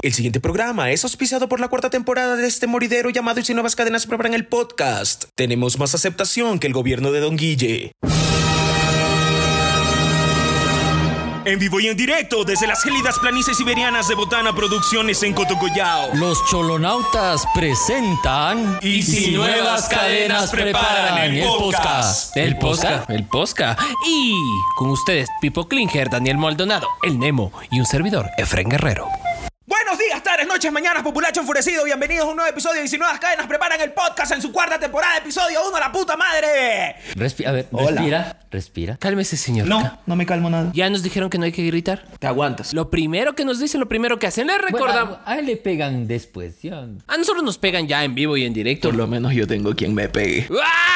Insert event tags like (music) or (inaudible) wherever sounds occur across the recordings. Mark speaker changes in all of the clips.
Speaker 1: El siguiente programa es auspiciado por la cuarta temporada de este moridero llamado Y si nuevas cadenas preparan el podcast. Tenemos más aceptación que el gobierno de Don Guille. En vivo y en directo desde las gélidas planicies siberianas de Botana Producciones en Cotocollao.
Speaker 2: Los cholonautas presentan.
Speaker 1: Y si nuevas cadenas preparan el podcast.
Speaker 2: El posca, el posca. Y con ustedes, Pipo Klinger, Daniel Maldonado, el Nemo y un servidor, Efren Guerrero.
Speaker 1: Buenos días, tardes, noches, mañanas, populacho enfurecido. Bienvenidos a un nuevo episodio de Y si nuevas cadenas preparan el podcast en su cuarta temporada, episodio 1, la puta madre.
Speaker 2: Respira, a ver, respira, respira. Cálmese, señor.
Speaker 3: No, no me calmo nada.
Speaker 2: Ya nos dijeron que no hay que gritar.
Speaker 3: Te aguantas.
Speaker 2: Lo primero que nos dicen, lo primero que hacen, les recordamos.
Speaker 4: Bueno, a, a él le pegan después. ya.
Speaker 2: A nosotros nos pegan ya en vivo y en directo.
Speaker 3: Por lo menos yo tengo quien me pegue.
Speaker 2: ¡Ah!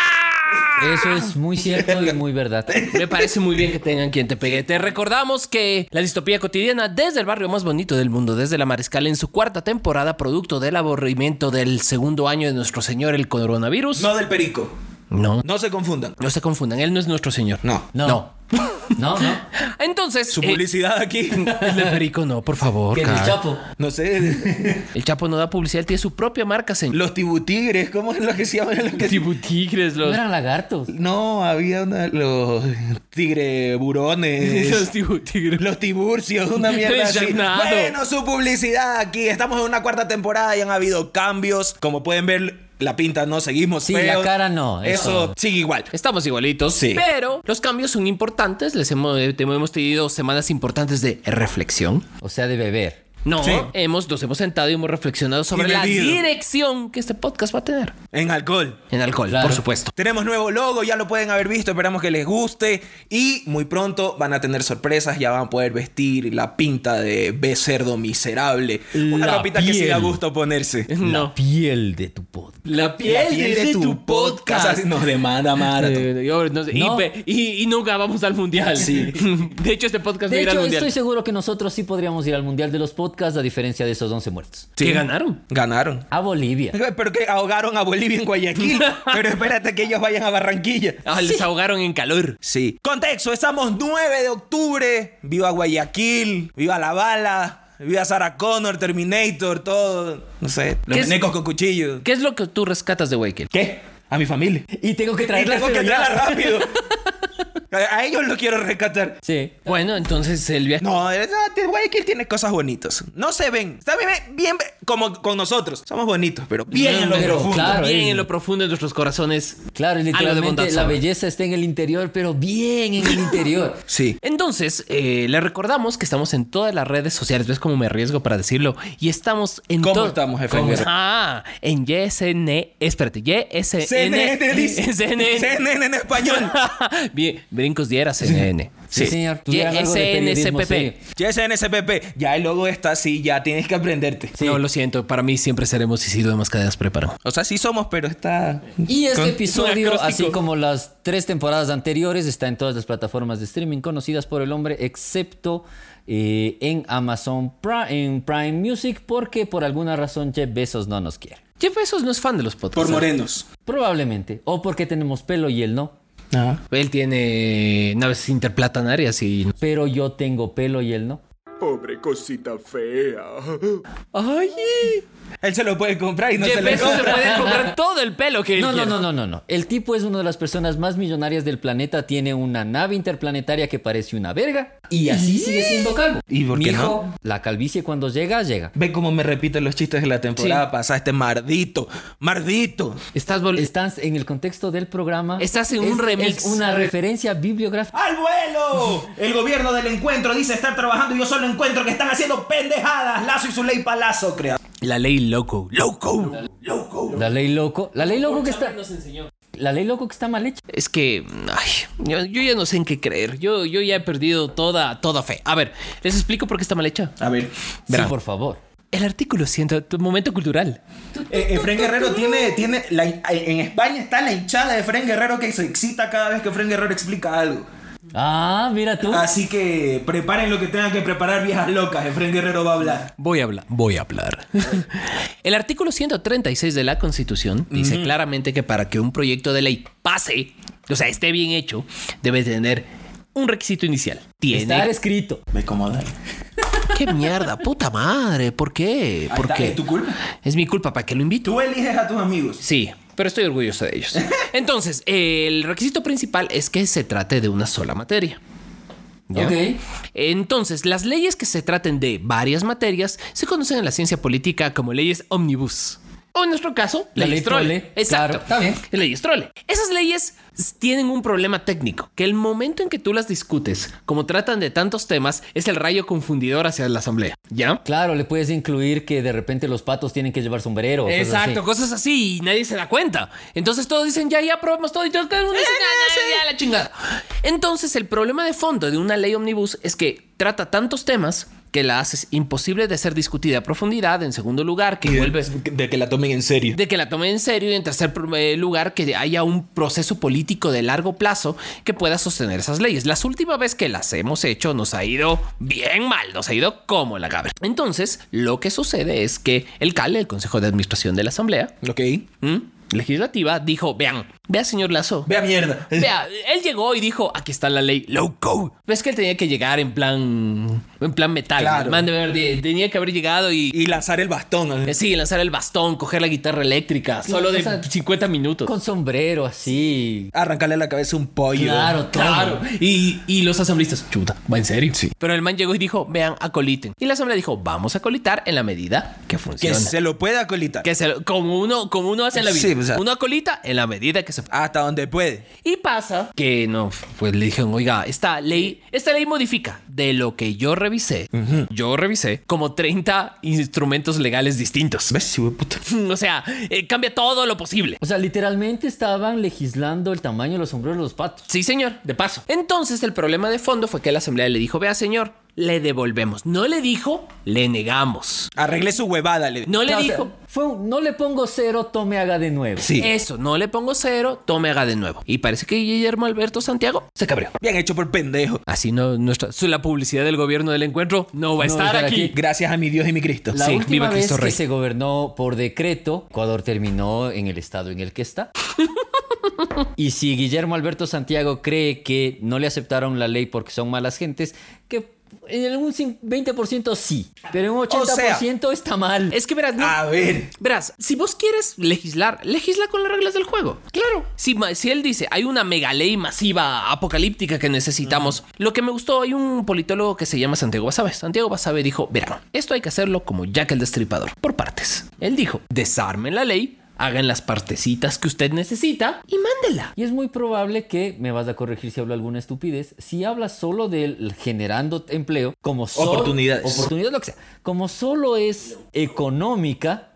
Speaker 4: Eso es muy cierto y muy verdad.
Speaker 2: (laughs) Me parece muy bien que tengan quien te pegue. Te recordamos que la distopía cotidiana desde el barrio más bonito del mundo, desde la Mariscal, en su cuarta temporada, producto del aburrimiento del segundo año de nuestro señor el coronavirus.
Speaker 1: No del perico.
Speaker 2: No,
Speaker 1: No se confundan.
Speaker 2: no se confundan, él no es nuestro señor.
Speaker 1: No.
Speaker 2: no.
Speaker 4: No, no.
Speaker 2: (laughs) Entonces,
Speaker 1: Su
Speaker 2: eh,
Speaker 1: publicidad aquí.
Speaker 2: el de Perico no, por favor.
Speaker 4: Que el
Speaker 2: cara.
Speaker 4: chapo.
Speaker 1: No sé. (laughs)
Speaker 2: El Chapo no da publicidad, él tiene su propia marca, señor.
Speaker 3: Los tibutigres, ¿cómo es lo que se llaman? Los que-
Speaker 2: tibutigres,
Speaker 4: No
Speaker 2: los...
Speaker 4: eran lagartos.
Speaker 3: No, había una- los tigre burones.
Speaker 2: tibutigres.
Speaker 3: Los tiburcios, una mierda así.
Speaker 2: Descarnado.
Speaker 3: Bueno,
Speaker 1: Bueno, su publicidad aquí. Estamos en una cuarta temporada y han habido cambios. Como pueden ver, la pinta no seguimos.
Speaker 4: Sí, la
Speaker 1: feos.
Speaker 4: cara no,
Speaker 1: Eso,
Speaker 4: eso.
Speaker 1: sigue igual.
Speaker 2: Estamos igualitos,
Speaker 1: Sí.
Speaker 2: pero los cambios son importantes. Les hemos, eh, te- hemos tenido semanas importantes de reflexión.
Speaker 4: O sea, de beber.
Speaker 2: No,
Speaker 1: Sí.
Speaker 2: hemos, nos hemos sentado y hemos reflexionado sobre
Speaker 1: Y
Speaker 2: la
Speaker 1: bebido.
Speaker 2: dirección que este podcast va a tener.
Speaker 1: En alcohol.
Speaker 2: En alcohol,
Speaker 4: Claro.
Speaker 2: por supuesto.
Speaker 1: Tenemos nuevo logo, ya lo pueden haber visto, esperamos que les guste y muy pronto van a tener sorpresas, ya van a poder vestir la pinta de becerdo miserable, una
Speaker 4: La
Speaker 1: ropita que sí da
Speaker 4: piel.
Speaker 1: gusto ponerse.
Speaker 2: No.
Speaker 4: Piel de tu pod.
Speaker 2: La piel, de, tu podcast.
Speaker 1: Así Nos demanda Marathon.
Speaker 2: Eh, yo no sé, y
Speaker 4: No.
Speaker 2: pe- Y, y nunca vamos al mundial. (laughs) De hecho, este podcast no
Speaker 4: De
Speaker 2: irá al
Speaker 4: hecho,
Speaker 2: mundial.
Speaker 4: estoy seguro que nosotros sí podríamos ir al Mundial de los Podcasts, a diferencia de esos 11 muertos.
Speaker 2: ¿Qué ganaron? (laughs)
Speaker 1: Ganaron.
Speaker 4: A Bolivia.
Speaker 1: Pero que ahogaron a Bolivia en Guayaquil. Pero espérate que ellos vayan a Barranquilla.
Speaker 2: Ah, Les ahogaron en calor.
Speaker 1: Sí. Contexto, estamos 9 de octubre. Viva Guayaquil, viva La Bala, viva Sarah Connor, Terminator, todo. No sé, los
Speaker 2: ¿Qué es-
Speaker 1: venecos con cuchillos.
Speaker 2: ¿Qué es lo que tú rescatas de Wakel?
Speaker 1: ¿Qué? A mi familia.
Speaker 4: (laughs) Y tengo que
Speaker 1: Y
Speaker 4: traerla.
Speaker 1: tengo que
Speaker 4: pero ya.
Speaker 1: entrarla rápido. A a ellos los quiero rescatar.
Speaker 4: Sí.
Speaker 2: Bueno, entonces el viaje.
Speaker 1: No, es- ah, te- Guayaquil tiene cosas bonitas. No se ven. Está bien, bien como con nosotros. Somos bonitos, pero bien en lo
Speaker 4: pero
Speaker 1: profundo.
Speaker 4: claro,
Speaker 2: bien
Speaker 4: es-
Speaker 2: en lo profundo de nuestros corazones.
Speaker 4: Claro,
Speaker 1: Ah,
Speaker 4: y
Speaker 2: Algo de bondad
Speaker 4: literalmente la
Speaker 2: sobre.
Speaker 4: belleza está en el interior, pero bien en el
Speaker 1: (laughs)
Speaker 4: interior.
Speaker 1: Sí.
Speaker 2: Entonces, eh, le recordamos que estamos en todas las redes sociales. ¿Ves cómo me arriesgo para decirlo? Y estamos en
Speaker 1: ¿Cómo
Speaker 2: todo-
Speaker 1: estamos, jefe?
Speaker 2: ¿Cómo está? Ah, en YSN. E. Espérate, YSN.
Speaker 1: CNN
Speaker 2: (laughs)
Speaker 1: dice.
Speaker 2: CNN.
Speaker 1: CNN en español.
Speaker 2: (laughs) Bien, brincos diera CNN.
Speaker 4: Sí,
Speaker 1: Sí.
Speaker 4: señor. Tuvieran algo de periodismo
Speaker 2: YSNCPP.
Speaker 4: serio.
Speaker 1: SNSPP. Ya el logo está así, ya tienes que aprenderte.
Speaker 2: No, lo siento. Para mí siempre seremos Isidro de Más Cadenas Preparado.
Speaker 1: O sea, sí somos, pero está.
Speaker 4: Y este
Speaker 1: Con-
Speaker 2: es un
Speaker 4: episodio,
Speaker 2: acróstico.
Speaker 4: así como las tres temporadas anteriores, está en todas las plataformas de streaming conocidas por el hombre, excepto eh, en Amazon Prime, en Prime Music, porque por alguna razón Jeff Bezos no nos quiere.
Speaker 2: Jeff Bezos no es fan de los podcasts.
Speaker 1: Por morenos.
Speaker 4: Probablemente. O porque tenemos pelo y él no.
Speaker 2: Él tiene naves interplatanarias y...
Speaker 4: Pero yo tengo pelo y él no.
Speaker 5: Pobre cosita fea.
Speaker 2: ¡Ay!
Speaker 1: Él se lo puede comprar y no
Speaker 2: Jeff
Speaker 1: se lo
Speaker 2: Bezos
Speaker 4: (laughs)
Speaker 2: se
Speaker 1: compra.
Speaker 2: puede comprar todo el pelo que él
Speaker 4: No, no,
Speaker 2: quiera.
Speaker 4: no, no, no, no. El tipo es una de las personas más millonarias del planeta. Tiene una nave interplanetaria que parece una verga. Y así sigue siendo calvo.
Speaker 1: ¿Y por qué
Speaker 4: Mijo, la calvicie cuando llega, llega.
Speaker 1: Ve cómo me repiten los chistes de la temporada pasada. Este mardito. Mardito.
Speaker 2: Estás vol-
Speaker 4: Estás en el contexto del programa.
Speaker 2: Estás en un
Speaker 4: Es-
Speaker 2: remix.
Speaker 4: Es una referencia bibliográfica.
Speaker 1: ¡Al vuelo! El gobierno del encuentro dice estar trabajando y yo solo encuentro que están haciendo pendejadas. Lazo y su ley palazo, crea.
Speaker 2: La ley loco.
Speaker 1: Loco.
Speaker 4: La ley loco. La ley loco que está. La ley loco que está mal hecha.
Speaker 2: Es que, ay, yo, yo ya no sé en qué creer. Yo, yo ya he perdido toda, toda fe. A ver, les explico por qué está mal hecha.
Speaker 1: A ver.
Speaker 2: Verán.
Speaker 4: Sí, por favor.
Speaker 2: El artículo 100, tu momento cultural.
Speaker 1: Eh, Efren Guerrero tiene. tiene la, en España está la hinchada de Efren Guerrero que se excita cada vez que Efren Guerrero explica algo.
Speaker 4: Ah, mira tú.
Speaker 1: Así que preparen lo que tengan que preparar, viejas locas. Efren Guerrero va a hablar.
Speaker 2: Voy a hablar. Voy a hablar. (laughs) El artículo 136 de la Constitución dice claramente que para que un proyecto de ley pase, o sea, esté bien hecho, debe tener un requisito inicial. Tiene
Speaker 4: Estar escrito.
Speaker 1: Me incomoda.
Speaker 2: qué mierda, puta madre, ¿por qué? ¿Por
Speaker 1: está,
Speaker 2: qué?
Speaker 1: es tu culpa.
Speaker 2: Es mi culpa, ¿para qué lo invito?
Speaker 1: Tú eliges a tus amigos.
Speaker 2: Sí, pero estoy orgulloso
Speaker 4: (laughs)
Speaker 2: de ellos. Entonces, el requisito principal es que se trate de una sola materia. ¿Ya?
Speaker 4: Ok.
Speaker 2: Entonces, las leyes que se traten de varias materias se conocen en la ciencia política como leyes omnibus. O en nuestro caso,
Speaker 4: La
Speaker 2: leyes
Speaker 4: ley
Speaker 2: trole.
Speaker 4: trole,
Speaker 2: Exacto.
Speaker 4: claro, está bien.
Speaker 2: Leyes trole. Esas leyes tienen un problema técnico, que el momento en que tú las discutes, como tratan de tantos temas, es el rayo confundidor hacia la asamblea. ¿Ya?
Speaker 4: Claro, le puedes incluir que de repente los patos tienen que llevar sombrero. o cosas
Speaker 2: Exacto,
Speaker 4: así.
Speaker 2: cosas así y nadie se da cuenta. Entonces todos dicen, ya, ya probamos todo y todo, cada uno dice, "Nah, nah, ya, la chingada. Entonces el problema de fondo de una ley omnibus es que trata tantos temas que la haces imposible de ser discutida a profundidad. En segundo lugar, que vuelves
Speaker 3: De que la tomen en serio.
Speaker 2: de que la tomen en serio y en tercer pr- eh, lugar que haya un proceso político de largo plazo que pueda sostener esas leyes. Las últimas veces que las hemos hecho nos ha ido bien mal, nos ha ido como la cabra. Entonces, lo que sucede es que el CAL, el Consejo de Administración de la Asamblea
Speaker 1: Ok.
Speaker 2: ¿m? ¿Mm? Legislativa, dijo, vean, vea señor Lazo.
Speaker 1: Vea mierda.
Speaker 2: Vea, él llegó y dijo, aquí está la ley loco. Ves que él tenía que llegar en plan, en plan metal.
Speaker 1: Claro.
Speaker 2: Man, de verdad, tenía que haber llegado y,
Speaker 1: Y lanzar el bastón.
Speaker 2: eh, Sí, lanzar el bastón, coger la guitarra eléctrica, solo de
Speaker 4: o sea,
Speaker 2: 50 minutos.
Speaker 4: Con sombrero, así.
Speaker 1: Arrancarle a la cabeza un pollo.
Speaker 4: Claro, todo.
Speaker 2: Claro. Y, y los asambleístas, chuta, va en serio. Sí. Pero el man llegó y dijo, vean, acoliten. Y la asamblea dijo, vamos a acolitar en la medida que
Speaker 1: Que
Speaker 2: funciona.
Speaker 1: se lo pueda colitar.
Speaker 2: Que se lo- como uno, como uno hace en la vida.
Speaker 1: Sí, o sea-
Speaker 2: uno acolita en la medida que se
Speaker 1: Hasta donde puede.
Speaker 2: Y pasa que no, pues le dijeron, oiga, esta ley, esta ley modifica de lo que yo revisé. Yo revisé como 30 instrumentos legales distintos.
Speaker 3: ¿Ves? Sí, güey, puta.
Speaker 2: (laughs) O sea, eh, cambia todo lo posible.
Speaker 4: O sea, literalmente estaban legislando el tamaño de los sombreros de los patos.
Speaker 2: Sí, señor, de paso. Entonces el problema de fondo fue que la asamblea le dijo, vea, señor, le devolvemos. No le dijo, le negamos.
Speaker 1: Arregle su huevada. Le...
Speaker 2: No le
Speaker 4: O sea,
Speaker 2: dijo,
Speaker 4: fue un, no le pongo cero, tome haga de nuevo.
Speaker 1: Sí.
Speaker 2: eso, no le pongo cero, tome haga de nuevo. Y parece que Guillermo Alberto Santiago se cabreó.
Speaker 1: Bien hecho por pendejo.
Speaker 2: Así no, nuestra, su- la publicidad del gobierno del encuentro no va a
Speaker 4: No
Speaker 2: estar
Speaker 4: estar
Speaker 2: aquí.
Speaker 4: aquí.
Speaker 1: Gracias a mi Dios y mi Cristo.
Speaker 4: La
Speaker 2: Sí, viva
Speaker 4: última vez
Speaker 2: Cristo
Speaker 4: que
Speaker 2: Rey.
Speaker 4: se gobernó por decreto, Ecuador terminó en el estado en el que
Speaker 2: (laughs)
Speaker 4: está. y si Guillermo Alberto Santiago cree que no le aceptaron la ley porque son malas gentes, que en un cin- 20% sí, pero en un 80% está mal.
Speaker 2: Es que verás, no-
Speaker 1: A ver.
Speaker 2: Verás, si vos quieres legislar, legisla con las reglas del juego. Claro. Si, ma- si él dice, hay una mega ley masiva apocalíptica que necesitamos. Lo que me gustó, hay un politólogo que se llama Santiago Basabe. Santiago Basabe dijo, verán, esto hay que hacerlo como Jack el Destripador, por partes. Él dijo, desarmen la ley, hagan las partecitas que usted necesita y mándela.
Speaker 4: Y es muy probable que, me vas a corregir si hablo alguna estupidez, si hablas solo del generando empleo, como solo...
Speaker 1: Oportunidades.
Speaker 4: Oportunidades, lo que sea. Como solo es económica,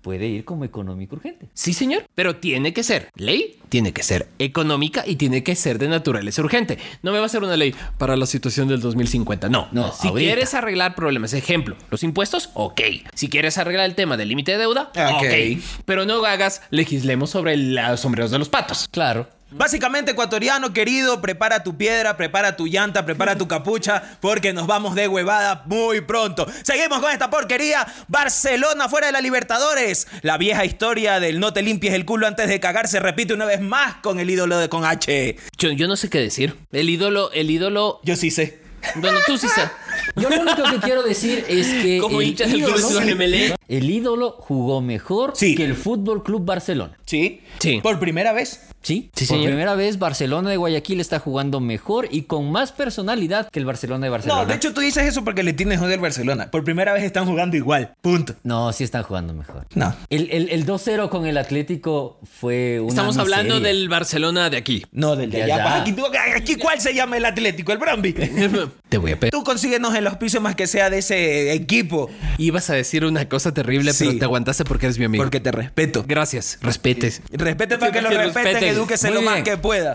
Speaker 4: puede ir como económico urgente.
Speaker 2: Sí, señor, pero tiene que ser ley, tiene que ser económica y tiene que ser de naturaleza urgente. No me va a ser una ley para la situación del 2050. No,
Speaker 4: No,
Speaker 2: Si
Speaker 4: ahorita.
Speaker 2: quieres arreglar problemas, ejemplo, los impuestos, ok. Si quieres arreglar el tema del límite de deuda,
Speaker 1: Ok.
Speaker 2: ok. Pero no hagas, legislemos sobre los sombreros de los patos.
Speaker 4: Claro.
Speaker 1: Básicamente, ecuatoriano querido, prepara tu piedra, prepara tu llanta, prepara tu capucha, porque nos vamos de huevada muy pronto. Seguimos con esta porquería. Barcelona fuera de la Libertadores. La vieja historia del no te limpies el culo antes de cagar se repite una vez más con el ídolo de con H.
Speaker 2: Yo, yo no sé qué decir. El ídolo, el ídolo.
Speaker 1: Yo sí sé.
Speaker 2: Bueno, tú sí sabes.
Speaker 4: Yo lo único que quiero decir es que
Speaker 2: Como hincha del Club Emelec.
Speaker 4: el ídolo jugó mejor
Speaker 1: Sí.
Speaker 4: que el Fútbol Club Barcelona.
Speaker 1: Sí.
Speaker 2: Sí.
Speaker 1: Por primera vez.
Speaker 4: Sí, por
Speaker 2: Sí, señor.
Speaker 4: primera vez Barcelona de Guayaquil está jugando mejor y con más personalidad que el Barcelona de Barcelona.
Speaker 1: No, de hecho tú dices eso porque le tienes odio al Barcelona. Por primera vez están jugando igual. Punto.
Speaker 4: No, sí están jugando mejor.
Speaker 1: No.
Speaker 4: El, el- el 2-0 con el Atlético fue una
Speaker 2: Estamos hablando
Speaker 4: miseria.
Speaker 2: del Barcelona de aquí.
Speaker 1: No, del de
Speaker 4: De
Speaker 1: allá.
Speaker 4: allá.
Speaker 1: Pues Aquí, tú- aquí, ¿cuál se llama el Atlético? El Bromby.
Speaker 2: (laughs) Te voy a pegar.
Speaker 1: Tú consíguenos el auspicio más que sea de ese equipo.
Speaker 2: Ibas a decir una cosa terrible,
Speaker 1: Sí.
Speaker 2: pero te aguantaste porque eres mi amigo.
Speaker 1: Porque te respeto.
Speaker 2: Gracias, respetes.
Speaker 1: Respete para que lo
Speaker 2: que
Speaker 1: respeten,
Speaker 2: respeten.
Speaker 1: edúquese
Speaker 2: Muy
Speaker 1: lo más
Speaker 2: bien.
Speaker 1: que
Speaker 2: (laughs)
Speaker 1: pueda.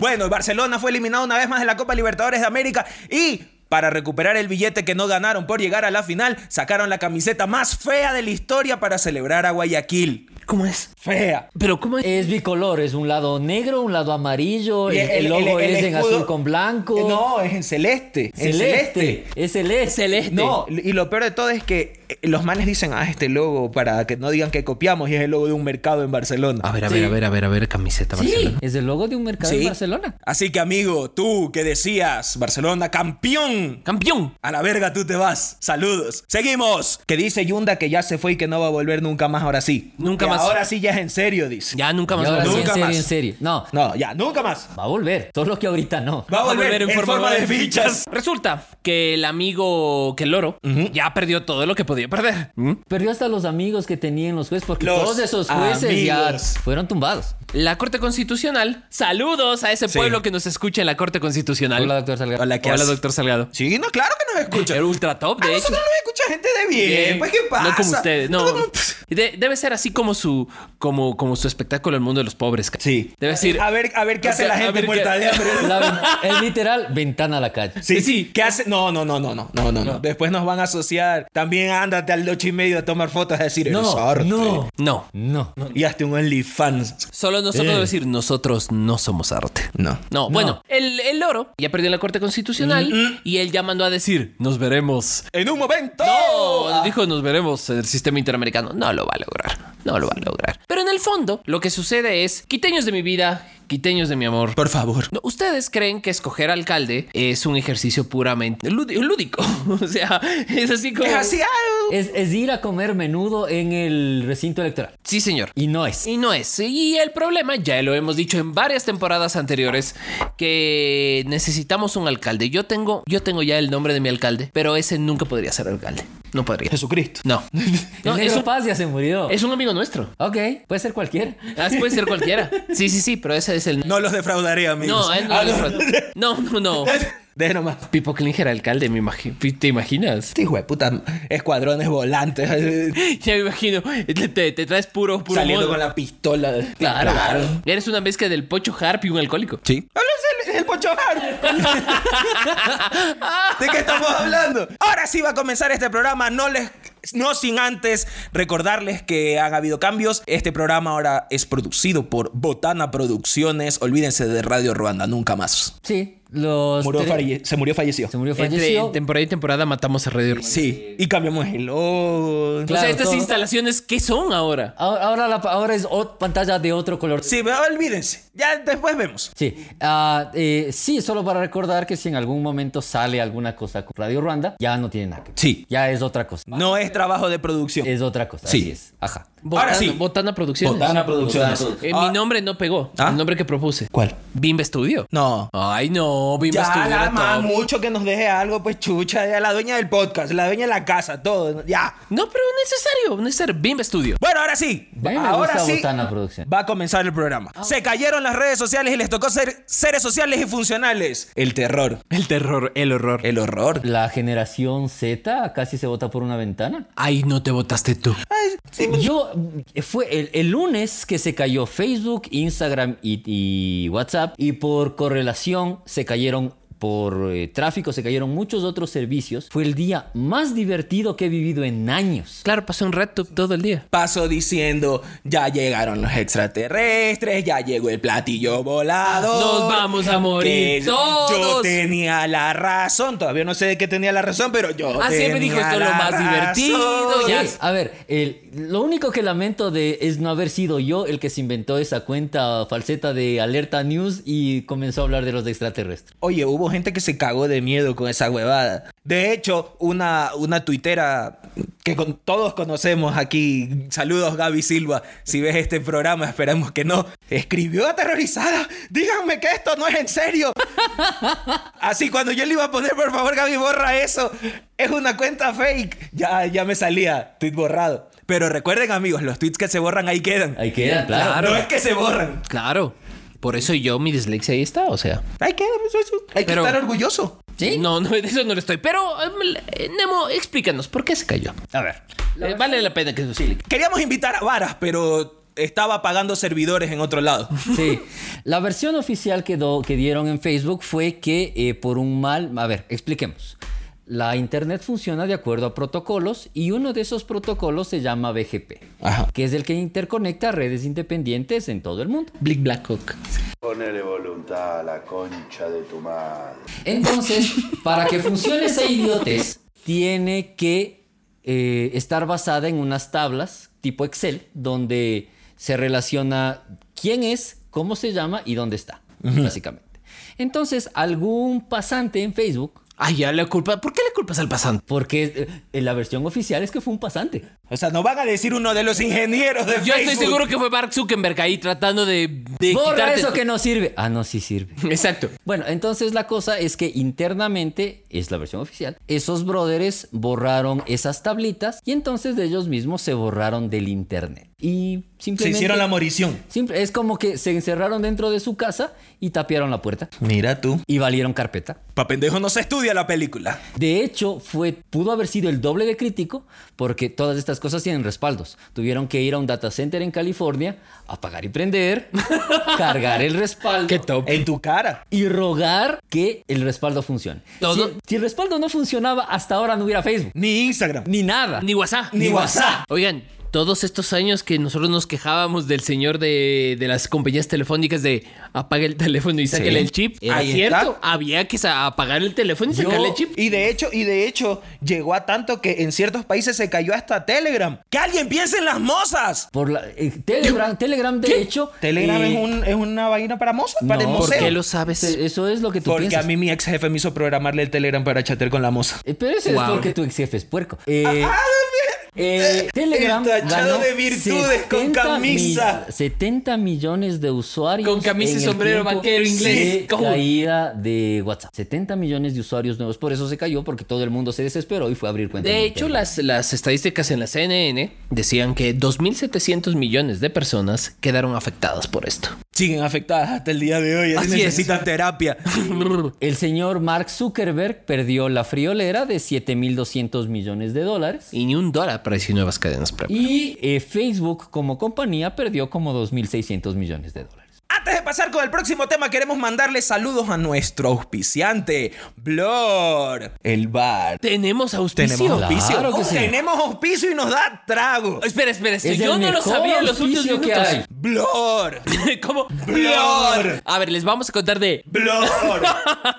Speaker 1: bueno, Barcelona fue eliminado una vez más de la Copa Libertadores de América y para recuperar el billete que no ganaron por llegar a la final, sacaron la camiseta más fea de la historia para celebrar a Guayaquil.
Speaker 2: ¿Cómo es?
Speaker 1: Fea.
Speaker 2: Pero ¿cómo es?
Speaker 4: Es bicolor, es un lado negro, un lado amarillo,
Speaker 3: Y
Speaker 4: el, el logo
Speaker 3: el
Speaker 4: es en
Speaker 3: escudo-
Speaker 4: azul con blanco.
Speaker 1: Eh,
Speaker 3: No, es en celeste. En celeste.
Speaker 4: celeste. Es celeste. celeste.
Speaker 3: No, Este, y lo peor de todo es que eh, los manes dicen, ah, este logo, para que no digan que copiamos, y es el logo de un mercado en Barcelona.
Speaker 2: A ver, a ver, a ver, a ver, a ver, camiseta
Speaker 4: Sí,
Speaker 2: Barcelona.
Speaker 4: es el logo de un mercado en
Speaker 1: Sí.
Speaker 4: Barcelona.
Speaker 1: Así que, amigo, tú que decías Barcelona campeón.
Speaker 2: ¡Campeón!
Speaker 1: A la verga tú te vas. Saludos. Seguimos.
Speaker 3: Que dice Yunda que ya se fue y que no va a volver nunca más, ahora sí.
Speaker 2: Nunca
Speaker 3: Que
Speaker 2: más.
Speaker 3: Ahora sí ya es en serio, dice.
Speaker 2: Ya nunca
Speaker 4: Y
Speaker 2: más.
Speaker 4: ahora sí, en
Speaker 1: Nunca
Speaker 4: serio,
Speaker 1: más.
Speaker 4: en serio. No,
Speaker 3: No, ya, nunca más.
Speaker 4: va a volver. Solo que ahorita no.
Speaker 1: Va a volver, en, forma, de fichas.
Speaker 2: Resulta que el amigo que el loro ya perdió todo lo que podía perder.
Speaker 4: Perdió hasta los amigos que tenían los jueces, porque
Speaker 1: Los
Speaker 4: todos esos jueces ya
Speaker 1: amigos.
Speaker 4: fueron tumbados.
Speaker 2: La Corte Constitucional. Saludos a ese pueblo que nos escucha en la Corte Constitucional.
Speaker 4: Hola, doctor Salgado.
Speaker 1: Hola, ¿qué
Speaker 2: Hola,
Speaker 1: haces? Ah,
Speaker 2: doctor Salgado.
Speaker 1: Sí, no, claro que nos escucha.
Speaker 2: El ultra top,
Speaker 1: A
Speaker 2: de hecho.
Speaker 1: nosotros nos escucha gente de bien. Pues, ¿qué pasa?
Speaker 2: No como
Speaker 1: (laughs)
Speaker 2: ustedes, no.
Speaker 1: Todo como-
Speaker 2: De- debe ser así como su, como, como su espectáculo El Mundo de los Pobres. ca-
Speaker 3: (laughs) Sí.
Speaker 2: Debe decir,
Speaker 1: A ver, a ver qué
Speaker 2: O
Speaker 1: hace
Speaker 2: sea,
Speaker 1: la
Speaker 2: a
Speaker 1: gente
Speaker 2: ver
Speaker 1: muerta
Speaker 2: qué-
Speaker 1: de hambre.
Speaker 2: (laughs)
Speaker 4: La ven- es literal ventana a la calle.
Speaker 3: Sí,
Speaker 2: Sí.
Speaker 3: ¿Qué hace? No, no, no, no, no, no, no, no. Después nos van a asociar. También ándate al ocho y medio a tomar fotos a decir, eres
Speaker 4: No,
Speaker 3: arte.
Speaker 4: no,
Speaker 2: no.
Speaker 4: no.
Speaker 3: Y hazte un OnlyFans.
Speaker 2: Solo nosotros
Speaker 1: Eh.
Speaker 2: debe decir, nosotros no somos arte.
Speaker 3: No.
Speaker 2: No, bueno, el, el loro ya perdió en la Corte Constitucional
Speaker 1: Mm,
Speaker 2: y él ya mandó a decir, nos veremos.
Speaker 3: En un momento.
Speaker 2: No,
Speaker 1: Ah.
Speaker 2: dijo, nos veremos en el sistema interamericano. No lo va a lograr, no lo va a lograr. Pero en el fondo, lo que sucede es, quiteños de mi vida, quiteños de mi amor.
Speaker 3: Por favor.
Speaker 2: No, ¿Ustedes creen que escoger alcalde es un ejercicio puramente lúdi- lúdico? (laughs) O sea, es así como...
Speaker 1: Es así, ah,
Speaker 3: Eh,
Speaker 4: Es, es ir a comer menudo en el recinto electoral.
Speaker 2: Sí, señor.
Speaker 4: Y no es.
Speaker 2: Y no es. Y el problema, ya lo hemos dicho en varias temporadas anteriores, que necesitamos un alcalde. Yo tengo, yo tengo ya el nombre de mi alcalde, pero ese nunca podría ser alcalde. No podría.
Speaker 3: Jesucristo.
Speaker 2: No. No,
Speaker 4: el
Speaker 2: es,
Speaker 4: negro
Speaker 2: un,
Speaker 4: Paz ya se murió.
Speaker 2: es un amigo nuestro.
Speaker 4: Ok, puede ser cualquiera.
Speaker 2: Ah, puede ser cualquiera. Sí, sí, sí, pero ese es el.
Speaker 1: no los defraudaré, amigos.
Speaker 2: No, él no,
Speaker 1: Ah,
Speaker 2: lo fraude. no, no, no.
Speaker 3: (laughs) Deja nomás.
Speaker 2: Pipo Klinger alcalde, me imagi- ¿te imaginas? (laughs)
Speaker 3: Este hijo de puta. Escuadrones volantes. eh,
Speaker 2: Ya me imagino. Te, te- te traes puro, puro.
Speaker 3: saliendo
Speaker 2: mono.
Speaker 3: con la pistola.
Speaker 2: Claro. Eres una mezcla del pocho harp y un alcohólico.
Speaker 1: Sí.
Speaker 3: ¡Hablas el, el Poncho
Speaker 1: (laughs)
Speaker 3: Hart! ¿De qué estamos hablando?
Speaker 1: Ahora sí va a comenzar este programa. No les. No sin antes recordarles que han habido cambios. Este programa ahora es producido por Botana Producciones. Olvídense de Radio Ruanda, nunca más.
Speaker 4: Sí, los.
Speaker 3: Murió
Speaker 4: tre-
Speaker 3: falle- se murió falleció.
Speaker 4: Se murió,
Speaker 2: Entre
Speaker 4: falleció.
Speaker 2: temporada y temporada matamos a Radio
Speaker 1: Eh,
Speaker 2: Ruanda.
Speaker 3: Sí. Y cambiamos el logo.
Speaker 2: o sea,
Speaker 4: Claro,
Speaker 2: estas
Speaker 4: todo.
Speaker 2: instalaciones, ¿qué son ahora?
Speaker 4: Ahora, ahora, la- ahora es ot- pantalla de otro color.
Speaker 1: Sí, pero olvídense. Ya después vemos.
Speaker 4: Sí, ah, eh, sí, solo para recordar que si en algún momento sale alguna cosa con Radio Ruanda, ya no tiene nada que ver.
Speaker 1: Sí.
Speaker 4: Ya es otra cosa.
Speaker 1: No es trabajo de producción.
Speaker 4: Es otra cosa.
Speaker 1: Sí.
Speaker 4: Así es. Ajá.
Speaker 1: Ahora sí.
Speaker 2: Botana Producciones.
Speaker 3: Botana Producciones.
Speaker 2: Eh,
Speaker 1: Ah.
Speaker 2: Mi nombre no pegó.
Speaker 1: ¿Ah?
Speaker 2: El nombre que propuse.
Speaker 3: ¿Cuál?
Speaker 2: Bimbe Studio.
Speaker 1: No.
Speaker 2: Ay, no, Bimbe
Speaker 1: Ya
Speaker 2: Studio.
Speaker 1: la
Speaker 2: era
Speaker 1: ma,
Speaker 2: top.
Speaker 1: mucho que nos deje algo, pues chucha, ya la dueña del podcast, la dueña de la casa, todo, ya.
Speaker 2: No, pero necesario, necesario. Bimbe Studio.
Speaker 1: Bueno, ahora sí.
Speaker 4: A mí me
Speaker 1: ahora
Speaker 4: gusta
Speaker 1: sí.
Speaker 4: Botana Producción.
Speaker 1: Va a comenzar el programa.
Speaker 2: Ah,
Speaker 1: Se cayeron las redes sociales y les tocó ser seres sociales y funcionales. El terror,
Speaker 2: El terror, el horror.
Speaker 1: el horror.
Speaker 4: La generación Z casi se vota por una ventana.
Speaker 2: Ay, no te votaste tú.
Speaker 4: Yo, mm, fue el, el lunes que se cayó Facebook, Instagram y, y WhatsApp. Y por correlación se cayeron, por eh, tráfico se cayeron muchos otros servicios. Fue el día más divertido que he vivido en años.
Speaker 2: Claro, pasé un red tube todo el día.
Speaker 1: Paso diciendo, ya llegaron los extraterrestres, ya llegó el platillo volado.
Speaker 2: Nos vamos a morir
Speaker 1: Yo
Speaker 2: todos.
Speaker 1: tenía la razón, todavía no sé de qué tenía la razón, pero yo
Speaker 2: Ah, siempre dijo,
Speaker 1: tenía
Speaker 2: esto es lo
Speaker 1: la
Speaker 2: más divertido,
Speaker 1: razón.
Speaker 4: Sí,
Speaker 2: ya.
Speaker 4: a ver, el- lo único que lamento de es no haber sido yo el que se inventó esa cuenta falseta de Alerta News y comenzó a hablar de los extraterrestres.
Speaker 3: Oye, hubo gente que se cagó de miedo con esa huevada.
Speaker 1: De hecho, una, una tuitera que con- todos conocemos aquí, saludos Gaby Silva, si ves este programa, esperamos que no, escribió aterrorizada, díganme que esto no es en serio. Así cuando yo le iba a poner, por favor Gaby, borra eso, es una cuenta fake, ya, ya me salía, tweet borrado. Pero recuerden amigos, los tweets que se borran ahí quedan.
Speaker 4: Ahí quedan, claro.
Speaker 1: No es que se borran.
Speaker 2: Claro. Por eso yo, mi dislexia ahí está, o sea.
Speaker 1: Ahí quedan, eso- eso- hay que
Speaker 2: Pero-
Speaker 1: estar orgulloso.
Speaker 4: ¿Sí?
Speaker 2: No, no, de eso no lo estoy. Pero, eh, Nemo, explícanos, ¿por qué se cayó?
Speaker 4: A ver.
Speaker 2: Eh, vale la pena que nos explique.
Speaker 1: Queríamos invitar a Varas, pero estaba pagando servidores en otro lado.
Speaker 4: Sí. La versión oficial que, do- que dieron en Facebook fue que eh, por un mal. A ver, expliquemos. La Internet funciona de acuerdo a protocolos y uno de esos protocolos se llama BGP,
Speaker 1: Ajá.
Speaker 4: que es el que interconecta redes independientes en todo el mundo.
Speaker 2: Blick Blackhawk.
Speaker 6: Ponele voluntad a la concha de tu madre.
Speaker 4: Entonces, para que funcione esa idiotez, tiene que eh, estar basada en unas tablas tipo Excel, donde se relaciona quién es, cómo se llama y dónde está, básicamente. Entonces, algún pasante en Facebook,
Speaker 2: Ay, ya le culpa. ¿Por qué le culpas al pasante?
Speaker 4: porque eh, la versión oficial es que fue un pasante.
Speaker 1: O sea, no van a decir uno de los ingenieros de
Speaker 2: Yo
Speaker 1: Facebook.
Speaker 2: estoy seguro que fue Mark Zuckerberg ahí tratando de, de
Speaker 4: Borra
Speaker 2: quitarte-
Speaker 4: eso que no sirve. Ah, no, sí sirve.
Speaker 2: Exacto.
Speaker 4: Bueno, entonces la cosa es que internamente, es la versión oficial, esos brothers borraron esas tablitas y entonces de ellos mismos se borraron del internet. Y
Speaker 1: Se
Speaker 4: simplemente...
Speaker 1: hicieron la morición.
Speaker 4: simple- es como que se encerraron dentro de su casa y tapiaron la puerta
Speaker 1: Mira tú.
Speaker 4: y valieron carpeta.
Speaker 1: Pa' pendejo no se estudia la película.
Speaker 4: De hecho, fue, pudo haber sido el doble de crítico porque todas estas cosas tienen respaldos. Tuvieron que ir a un data center en California, apagar y prender, (laughs) cargar el respaldo.
Speaker 2: Qué top.
Speaker 1: En tu cara.
Speaker 4: y rogar que el respaldo funcione.
Speaker 2: Todo-
Speaker 4: Si, si el respaldo no funcionaba, hasta ahora no hubiera Facebook,
Speaker 1: Ni Instagram.
Speaker 4: ni nada.
Speaker 2: Ni WhatsApp.
Speaker 1: Ni WhatsApp.
Speaker 2: Oigan, todos estos años que nosotros nos quejábamos del señor de, de las compañías telefónicas de apague el teléfono y sáquele el chip.
Speaker 1: Era
Speaker 2: ¿Es
Speaker 1: cierto.
Speaker 2: Había que sa- apagar el teléfono y sacarle el chip.
Speaker 1: Y de hecho, y de hecho, llegó a tanto que en ciertos países se cayó hasta Telegram. ¡Que alguien piense en las mozas!
Speaker 4: Por la, eh, Telegram, Telegram, de hecho.
Speaker 1: Telegram
Speaker 4: eh,
Speaker 1: es, un- es una vaina para mozas, para el
Speaker 4: no,
Speaker 1: museo.
Speaker 2: ¿Por qué lo sabes?
Speaker 4: se- Eso es lo que tú
Speaker 1: Porque
Speaker 4: piensas.
Speaker 1: a mí mi ex jefe me hizo programarle el Telegram para chatear con la moza.
Speaker 4: Eh, Pero eso es
Speaker 2: Wow.
Speaker 4: porque tu ex jefe es puerco. Eh,
Speaker 2: Ah, (laughs)
Speaker 4: eh, Telegram
Speaker 1: tachado
Speaker 4: ganó
Speaker 1: de virtudes con
Speaker 4: 70
Speaker 1: camisa.
Speaker 4: mil- 70 millones de usuarios.
Speaker 2: Con camisa y
Speaker 4: en el
Speaker 2: sombrero
Speaker 4: tiempo
Speaker 2: vaquero inglés.
Speaker 4: de
Speaker 2: ¿Cómo?
Speaker 4: caída de WhatsApp. 70 millones de usuarios nuevos. Por eso se cayó, porque todo el mundo se desesperó y fue a abrir cuentas.
Speaker 2: De
Speaker 4: en
Speaker 2: hecho,
Speaker 4: Telegram.
Speaker 2: las, las estadísticas en la CNN decían que 2.700 millones de personas quedaron afectadas por esto.
Speaker 1: (laughs) Siguen afectadas hasta el día de hoy. Así
Speaker 2: Así es.
Speaker 1: necesitan terapia.
Speaker 4: El señor Mark Zuckerberg perdió la friolera de 7.200 millones de dólares.
Speaker 2: y ni un dólar apareció en nuevas cadenas premium.
Speaker 4: Y eh, Facebook como compañía perdió como 2.600 millones de dólares.
Speaker 1: Antes de pasar con el próximo tema, queremos mandarle saludos a nuestro auspiciante, Blor. El bar.
Speaker 2: Tenemos auspicio.
Speaker 1: Tenemos auspicio.
Speaker 4: Claro que
Speaker 1: Oh,
Speaker 4: sí.
Speaker 1: Tenemos auspicio y nos da trago.
Speaker 2: Oh, Espera, espera,
Speaker 4: Es
Speaker 2: yo
Speaker 4: el
Speaker 2: no lo
Speaker 4: mejor
Speaker 2: sabía en los
Speaker 4: auspicio
Speaker 2: últimos
Speaker 4: que
Speaker 2: minutos.
Speaker 4: hay.
Speaker 1: Blor.
Speaker 2: (laughs) ¿Cómo?
Speaker 1: Blor.
Speaker 2: A ver, les vamos a contar de. (laughs)
Speaker 1: Blor.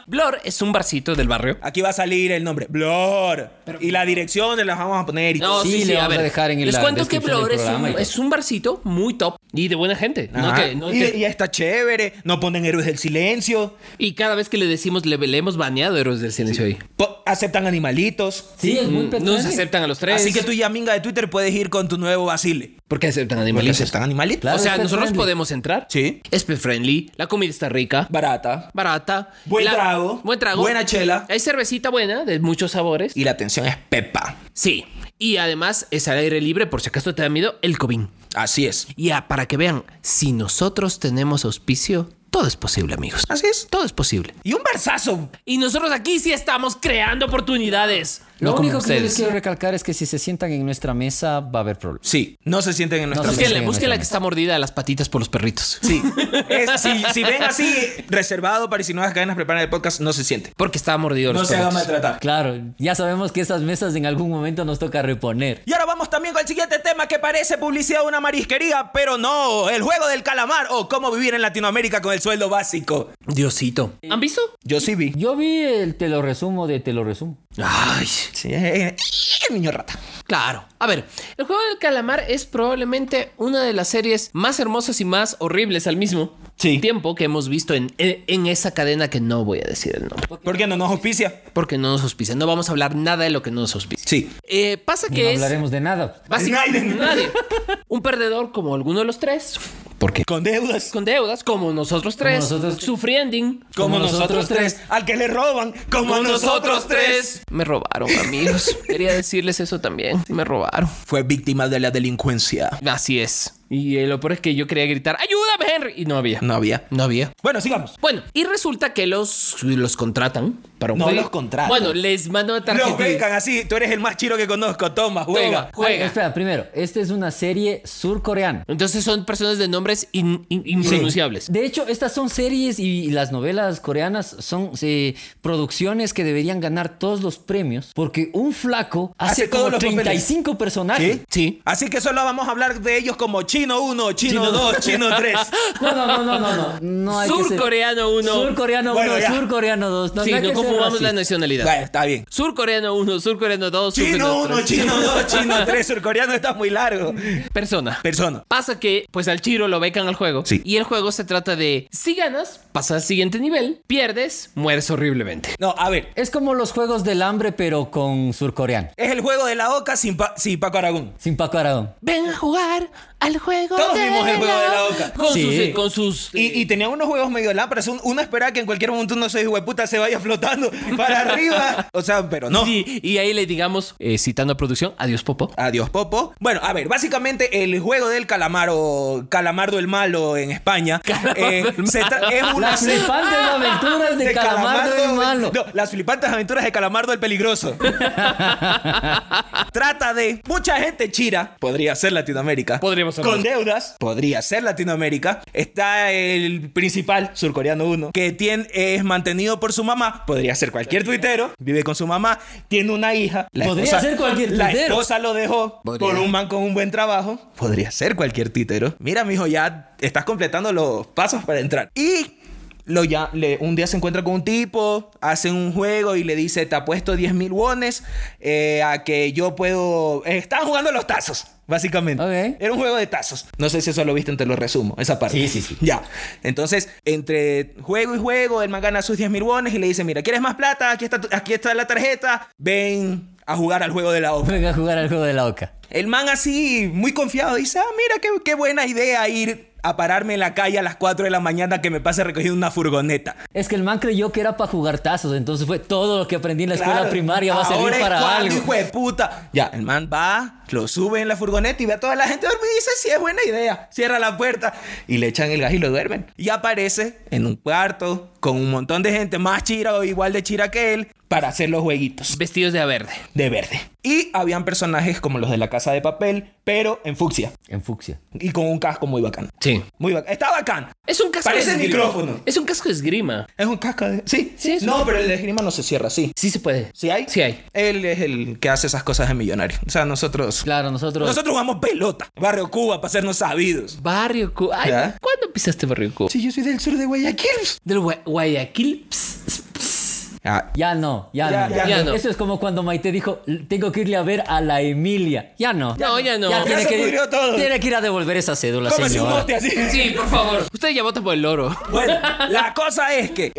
Speaker 2: Blor es un barcito del barrio.
Speaker 1: Aquí va a salir el nombre. Blor. Y la dirección las vamos a poner. Y
Speaker 2: No,
Speaker 4: Sí,
Speaker 2: sí, sí,
Speaker 4: le
Speaker 2: a
Speaker 4: vamos a
Speaker 2: ver.
Speaker 4: dejar en
Speaker 2: les
Speaker 4: la
Speaker 2: cuento que
Speaker 4: descripción del
Speaker 2: Blor es un,
Speaker 4: programa y todo.
Speaker 2: es un barcito muy top y de buena gente.
Speaker 1: todo.
Speaker 2: No
Speaker 1: Ajá.
Speaker 2: que- no
Speaker 1: y,
Speaker 2: que-
Speaker 1: y está chévere. No ponen héroes del silencio.
Speaker 2: y cada vez que le decimos, le, le hemos baneado héroes del silencio ahí.
Speaker 1: Po- aceptan animalitos.
Speaker 4: Sí, es muy
Speaker 2: mm, No
Speaker 4: petón.
Speaker 2: se aceptan a los tres.
Speaker 1: Así que tú ya minga de Twitter puedes ir con tu nuevo Basile.
Speaker 2: ¿Por qué aceptan
Speaker 1: Porque
Speaker 2: animalitos?
Speaker 1: aceptan animalitos.
Speaker 4: Claro,
Speaker 2: o sea,
Speaker 4: es pet
Speaker 2: nosotros
Speaker 4: friendly.
Speaker 2: podemos entrar.
Speaker 1: Sí.
Speaker 2: Es pet friendly. La comida está rica.
Speaker 1: Barata.
Speaker 2: Barata.
Speaker 1: Buen
Speaker 2: La-
Speaker 1: trago.
Speaker 2: Buen trago.
Speaker 1: Buena chela.
Speaker 2: Hay cervecita buena de muchos sabores.
Speaker 1: Y la atención es pepa.
Speaker 2: Sí. Y además es al aire libre, por si acaso te da miedo, el COVID.
Speaker 1: Así es.
Speaker 2: Y ah, para que vean, si nosotros tenemos auspicio, todo es posible, amigos.
Speaker 1: Así es.
Speaker 2: Todo es posible.
Speaker 1: Y un barzazo.
Speaker 2: Y nosotros aquí sí estamos creando oportunidades.
Speaker 4: Lo
Speaker 2: no
Speaker 4: único que
Speaker 2: como
Speaker 4: yo les
Speaker 2: ustedes.
Speaker 4: quiero recalcar es que si se sientan en nuestra mesa va a haber problemas.
Speaker 1: Sí. No se sienten en nuestra
Speaker 4: No se
Speaker 1: mesa.
Speaker 2: Búsquenla,
Speaker 4: Sí,
Speaker 2: búsquenla
Speaker 4: sí.
Speaker 2: que está mordida a las patitas por los perritos.
Speaker 1: Sí. Es- si, si ven así, reservado para y si nuevas cadenas preparan el podcast, no se siente.
Speaker 2: Porque está mordido a los
Speaker 1: No se haga
Speaker 2: perritos.
Speaker 1: maltratar.
Speaker 4: Claro, ya sabemos que esas mesas en algún momento nos toca reponer.
Speaker 1: Y ahora vamos también con el siguiente tema que parece publicidad de una marisquería, pero no, el juego del calamar o cómo vivir en Latinoamérica con el sueldo básico.
Speaker 2: Diosito. ¿Han visto?
Speaker 1: Yo sí vi.
Speaker 4: Yo vi el te lo resumo de te lo resumo.
Speaker 2: Ay,
Speaker 1: Sí, eh, eh, niño rata.
Speaker 2: claro. A ver, el juego del calamar es probablemente una de las series más hermosas y más horribles al mismo
Speaker 1: Sí.
Speaker 2: tiempo que hemos visto en, en en esa cadena que no voy a decir el nombre.
Speaker 1: ¿Por qué no nos auspicia?
Speaker 2: Porque no nos auspicia. No vamos a hablar nada de lo que no nos auspicia.
Speaker 1: Sí.
Speaker 2: Eh, pasa
Speaker 4: No
Speaker 2: que es
Speaker 4: hablaremos de nada.
Speaker 2: básicamente
Speaker 1: Nadie.
Speaker 2: nadie. Un perdedor como alguno de los tres,
Speaker 1: Porque con deudas.
Speaker 2: con deudas como nosotros tres,
Speaker 4: nosotros tres.
Speaker 2: sufriendo.
Speaker 1: Como,
Speaker 4: Como
Speaker 1: nosotros
Speaker 4: nosotros
Speaker 1: tres. Al que le roban. Como nosotros tres.
Speaker 2: Me robaron, amigos. Quería decirles eso también. Me robaron.
Speaker 1: Fue víctima de la delincuencia.
Speaker 2: Así es. Y eh, lo peor es que yo quería gritar, ayúdame, Henry. Y no había.
Speaker 1: No había.
Speaker 2: No había.
Speaker 1: Bueno, sigamos.
Speaker 2: Bueno, y resulta que los, los contratan para un
Speaker 1: No
Speaker 2: juego.
Speaker 1: los contratan.
Speaker 2: Bueno, les mandan una tarjeta.
Speaker 1: Los becan así. Tú eres el más chiro que conozco. Toma,
Speaker 2: Juega,
Speaker 1: juega.
Speaker 2: juega.
Speaker 4: Espera, primero, esta es una serie surcoreana.
Speaker 2: Entonces son personas de nombres in- in- impronunciables.
Speaker 4: De hecho, estas son series y las novelas coreanas son eh, producciones que deberían ganar todos los premios porque un flaco hace,
Speaker 1: Hace todos
Speaker 4: como
Speaker 1: los papeles.
Speaker 4: 35 personajes.
Speaker 1: Ah, ¿Sí?
Speaker 2: Sí.
Speaker 1: Así que solo vamos a hablar de ellos como chino 1, chino 2, chino (laughs) 3.
Speaker 4: No, no, no, no, no. no. no hay que ser-
Speaker 2: Surcoreano uno.
Speaker 4: Surcoreano
Speaker 1: Bueno,
Speaker 4: 1,
Speaker 1: ya.
Speaker 4: surcoreano 2. No,
Speaker 2: sí,
Speaker 4: no hay
Speaker 2: no,
Speaker 4: que ser
Speaker 2: confundamos
Speaker 4: racista.
Speaker 2: la nacionalidad.
Speaker 1: Bueno, está bien.
Speaker 2: Surcoreano 1, surcoreano 2,
Speaker 1: Chino 1, chino 2,
Speaker 2: (laughs)
Speaker 1: chino 3. Surcoreano está muy largo.
Speaker 2: Persona.
Speaker 1: Persona.
Speaker 2: Pasa que, pues al Chiro lo becan al juego.
Speaker 1: Sí.
Speaker 2: Y el juego se trata de: si ganas, pasas al siguiente nivel, pierdes, mueres horriblemente.
Speaker 1: No, a ver.
Speaker 4: Es como los juegos del hambre, pero con surcoreano.
Speaker 1: Es el juego de la oca sin, pa- sin Paco Aragón.
Speaker 4: Sin Paco Aragón.
Speaker 2: Ven a jugar al juego
Speaker 1: Todos
Speaker 2: de
Speaker 1: vimos el juego de la oca.
Speaker 2: Con
Speaker 4: Sí.
Speaker 2: sus. eh, Con sus
Speaker 1: Y, y tenían unos juegos medio lámparas. Un- Uno esperaba que en cualquier momento uno se puta se vaya flotando para (laughs) arriba. O sea, pero no.
Speaker 2: Sí, y ahí le digamos, eh, citando a producción, adiós Popo.
Speaker 1: Adiós, Popo. Bueno, a ver, básicamente el juego del calamaro, calamardo el malo en España, eh, se tra- es una ¡Ah!
Speaker 4: Las flipantes aventuras de, Calamardo el Malo.
Speaker 1: no, las flipantes aventuras de Calamardo el
Speaker 4: (laughs)
Speaker 1: Peligroso. Trata de mucha gente chira, podría ser Latinoamérica.
Speaker 2: Podríamos hablar.
Speaker 1: Con deudas, podría ser Latinoamérica. Está el principal, surcoreano uno, que tiene, es mantenido por su mamá, podría ser cualquier tuitero, vive con su mamá, tiene una hija. la
Speaker 4: Podría ser cualquier
Speaker 1: La
Speaker 4: tuitero.
Speaker 1: esposa lo dejó por un man con un buen trabajo. Podría ser cualquier tuitero. Mira, mijo, ya estás completando los pasos para entrar. Y lo ya, le- un día se encuentra con un tipo, hacen un juego y le dice, te apuesto 10 mil wones eh, a que yo puedo... eh, Estaban jugando los tazos, básicamente.
Speaker 4: Ok.
Speaker 1: Era un juego de tazos. No sé si eso lo viste, te lo resumo, esa parte.
Speaker 4: Sí, sí, sí.
Speaker 1: Ya. Entonces, entre juego y juego, el man gana sus 10 mil wones y le dice, mira, ¿quieres más plata? Aquí está, tu- aquí está la tarjeta. Ven a jugar al juego de la obra.
Speaker 4: Venga a jugar al juego de la Oca.
Speaker 1: El man así, muy confiado, dice, ah, mira, qué, qué buena idea ir a pararme en la calle a las 4 de la mañana que me pase recogiendo una furgoneta.
Speaker 4: Es que el man creyó que era para jugar tazos, entonces fue todo lo que aprendí en la escuela
Speaker 1: Claro.
Speaker 4: primaria va a servir
Speaker 1: Ahora es
Speaker 4: para
Speaker 1: cuando,
Speaker 4: algo.
Speaker 1: hijo de puta. Ya, el man va, lo sube en la furgoneta y ve a toda la gente dormir y dice, sí, es buena idea. Cierra la puerta y le echan el gas y lo duermen. Y aparece en un cuarto con un montón de gente más chira o igual de chira que él para hacer los jueguitos
Speaker 2: Vestidos de a verde.
Speaker 1: de verde. Y habían personajes como los de la casa de papel, pero en fucsia
Speaker 4: En fucsia.
Speaker 1: y con un casco muy bacán.
Speaker 2: Sí.
Speaker 1: Muy bacán. Está bacán.
Speaker 2: Es un casco
Speaker 1: Parece
Speaker 2: de esgrima.
Speaker 1: micrófono.
Speaker 2: Es un casco de esgrima.
Speaker 1: Es un casco de... Sí,
Speaker 2: Sí, es
Speaker 1: No,
Speaker 2: un-
Speaker 1: pero el de esgrima no se cierra así.
Speaker 2: Sí se puede.
Speaker 1: ¿Sí hay?
Speaker 2: Sí hay.
Speaker 1: Él es el que hace esas cosas de millonario. O sea, nosotros...
Speaker 4: Claro, nosotros.
Speaker 1: Nosotros jugamos pelota. Barrio Cuba para sernos sabidos.
Speaker 2: Barrio Cuba. Ay,
Speaker 1: ¿Ya?
Speaker 2: ¿Cuándo pisaste Barrio Cuba?
Speaker 1: Sí, yo soy del sur de Guayaquil.
Speaker 2: Del Gua- Guayaquil. Ps, ps, ps.
Speaker 1: Ah,
Speaker 4: Ya no, ya,
Speaker 1: Ya,
Speaker 4: no.
Speaker 1: ya
Speaker 2: Ya no. no.
Speaker 4: Eso es como cuando Maite dijo, tengo que irle a ver a la Emilia. Ya no.
Speaker 2: No, ya no.
Speaker 4: Ya
Speaker 2: Ya
Speaker 4: tiene,
Speaker 1: se
Speaker 4: que ir,
Speaker 1: pudrió todo.
Speaker 4: tiene que ir a devolver esa cédula,
Speaker 1: cómese un
Speaker 4: señora.
Speaker 1: bote así.
Speaker 2: Sí, por favor. Usted ya vota por el oro.
Speaker 1: Bueno, la cosa es que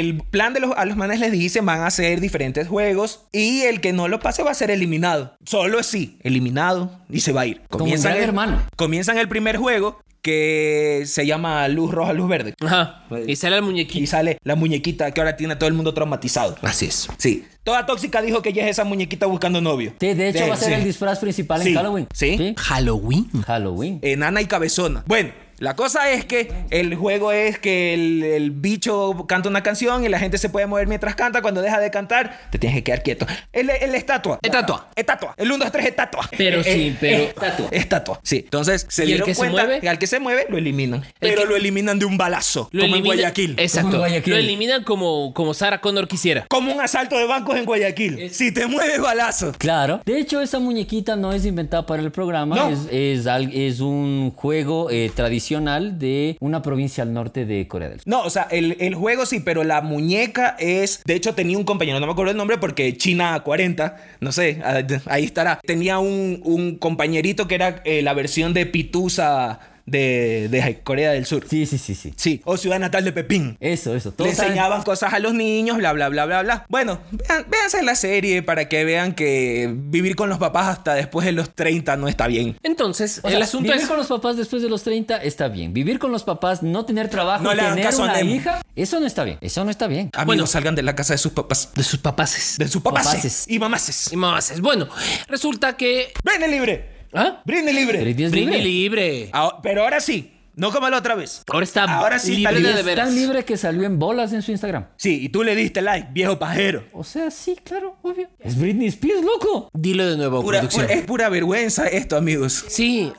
Speaker 1: el plan de los, a los manes les dicen van a hacer diferentes juegos y el que no lo pase va a ser eliminado. Solo sí, eliminado y se va a ir.
Speaker 4: Como un gran
Speaker 1: el,
Speaker 4: hermano.
Speaker 1: comienzan el primer juego que se llama Luz Roja, Luz Verde.
Speaker 2: Ajá.
Speaker 1: Pues,
Speaker 2: Y sale el
Speaker 1: Y
Speaker 2: muñequito.
Speaker 1: sale la muñequita que ahora tiene a todo el mundo traumatizado.
Speaker 2: Así es.
Speaker 1: Sí. Toda tóxica dijo que ella es esa muñequita buscando novio.
Speaker 4: Sí, de hecho va a
Speaker 1: Sí,
Speaker 4: ser
Speaker 1: sí.
Speaker 4: el disfraz principal
Speaker 1: Sí.
Speaker 4: en Halloween.
Speaker 1: Sí.
Speaker 2: Halloween.
Speaker 4: Halloween.
Speaker 1: enana y cabezona. Bueno, la cosa es que el juego es que el, el bicho canta una canción y la gente se puede mover mientras canta. Cuando deja de cantar, te tienes que quedar quieto. El, el estatua.
Speaker 2: Estatua.
Speaker 1: Estatua. El 1, 2, 3, estatua.
Speaker 2: Pero sí, pero-
Speaker 1: Estatua. Estatua. Sí. Entonces, se
Speaker 2: ¿Y el
Speaker 1: dieron
Speaker 2: que se
Speaker 1: cuenta
Speaker 2: mueve?
Speaker 1: que al que se mueve lo eliminan. Pero
Speaker 2: que-
Speaker 1: lo eliminan de un balazo.
Speaker 2: Lo
Speaker 1: como
Speaker 2: eliminan-
Speaker 1: en Guayaquil.
Speaker 2: Exacto.
Speaker 4: Como en Guayaquil.
Speaker 2: Lo eliminan como, como Sarah Connor quisiera.
Speaker 1: Como un asalto de bancos en Guayaquil. Si te mueves, balazo.
Speaker 4: Claro. De hecho, esa muñequita no es inventada para el programa.
Speaker 1: No.
Speaker 4: Es, es al- es un juego eh, tradicional de una provincia al norte de Corea del Sur.
Speaker 1: No, o sea, el, el juego sí, pero la muñeca es. De hecho, tenía un compañero, no me acuerdo el nombre porque China 40, no sé, ah, d- ahí estará. Tenía un, un compañerito que era eh, la versión de Pitusa de, de Corea del Sur.
Speaker 4: Sí, sí, sí, sí.
Speaker 1: Sí, o Ciudad Natal de Pepín.
Speaker 4: Eso, eso.
Speaker 1: Le
Speaker 4: Todos saben-
Speaker 1: enseñaban cosas a los niños, bla, bla, bla, bla, bla. Bueno, vean, véanse la serie para que vean que vivir con los papás hasta después de los 30 no está bien.
Speaker 2: Entonces,
Speaker 4: O
Speaker 2: el
Speaker 4: sea,
Speaker 2: asunto
Speaker 4: vivir
Speaker 2: es.
Speaker 4: con los papás después de los 30 está bien. Vivir con los papás, no tener trabajo,
Speaker 1: No le hagan
Speaker 4: tener
Speaker 1: caso a
Speaker 4: una
Speaker 1: Nemo. Ah,
Speaker 4: hija, eso no está bien. Eso no está bien.
Speaker 1: Amigos,
Speaker 2: Bueno.
Speaker 1: salgan de la casa de sus papás.
Speaker 2: De sus papaces.
Speaker 1: De sus papás
Speaker 4: Papaces.
Speaker 1: y mamás.
Speaker 2: Y mamaces. Bueno, resulta que
Speaker 1: ¡Ven libre!
Speaker 2: ¿Ah?
Speaker 1: Britney libre.
Speaker 4: Britney es
Speaker 2: Britney
Speaker 4: libre.
Speaker 2: libre.
Speaker 1: Ah, pero ahora sí, no como la otra vez.
Speaker 2: Ahora está
Speaker 1: Ahora sí está
Speaker 2: libre
Speaker 1: libre.
Speaker 2: de
Speaker 4: Es
Speaker 2: veras.
Speaker 4: tan libre que salió en bolas en su Instagram.
Speaker 1: Sí, y tú le diste like, viejo pajero.
Speaker 4: O sea, sí, claro, obvio. Es Britney Spears, loco.
Speaker 2: Dilo de nuevo,
Speaker 1: Pura-
Speaker 2: producción.
Speaker 1: pura- eh. es pura vergüenza esto, amigos. (laughs)
Speaker 2: Sí.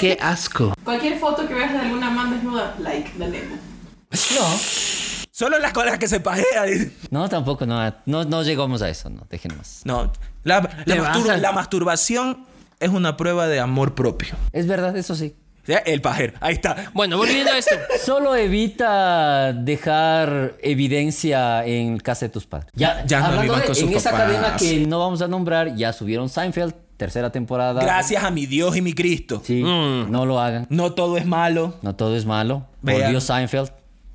Speaker 2: Qué asco.
Speaker 7: Cualquier foto que veas de alguna man desnuda, like, dale.
Speaker 1: Solo las cosas que se pajea.
Speaker 4: No, tampoco, no, no, no llegamos a eso, no, dejen más.
Speaker 1: No, la, la
Speaker 2: Te
Speaker 1: mastur-
Speaker 2: vas a-
Speaker 1: la masturbación es una prueba de amor propio.
Speaker 4: Es verdad, eso sí.
Speaker 1: O sea, El pajero, ahí está.
Speaker 2: Bueno, volviendo a esto.
Speaker 4: Solo evita dejar evidencia en casa de tus padres. Ya,
Speaker 1: Ya no
Speaker 4: hablando
Speaker 1: vivan
Speaker 4: de,
Speaker 1: con sus
Speaker 4: en esa
Speaker 1: papás.
Speaker 4: cadena que no vamos a nombrar, ya subieron Seinfeld, tercera temporada.
Speaker 1: Gracias a mi Dios y mi Cristo.
Speaker 4: Sí, no lo hagan.
Speaker 1: No todo es malo.
Speaker 4: No todo es malo.
Speaker 1: Vean.
Speaker 4: Volvió Seinfeld.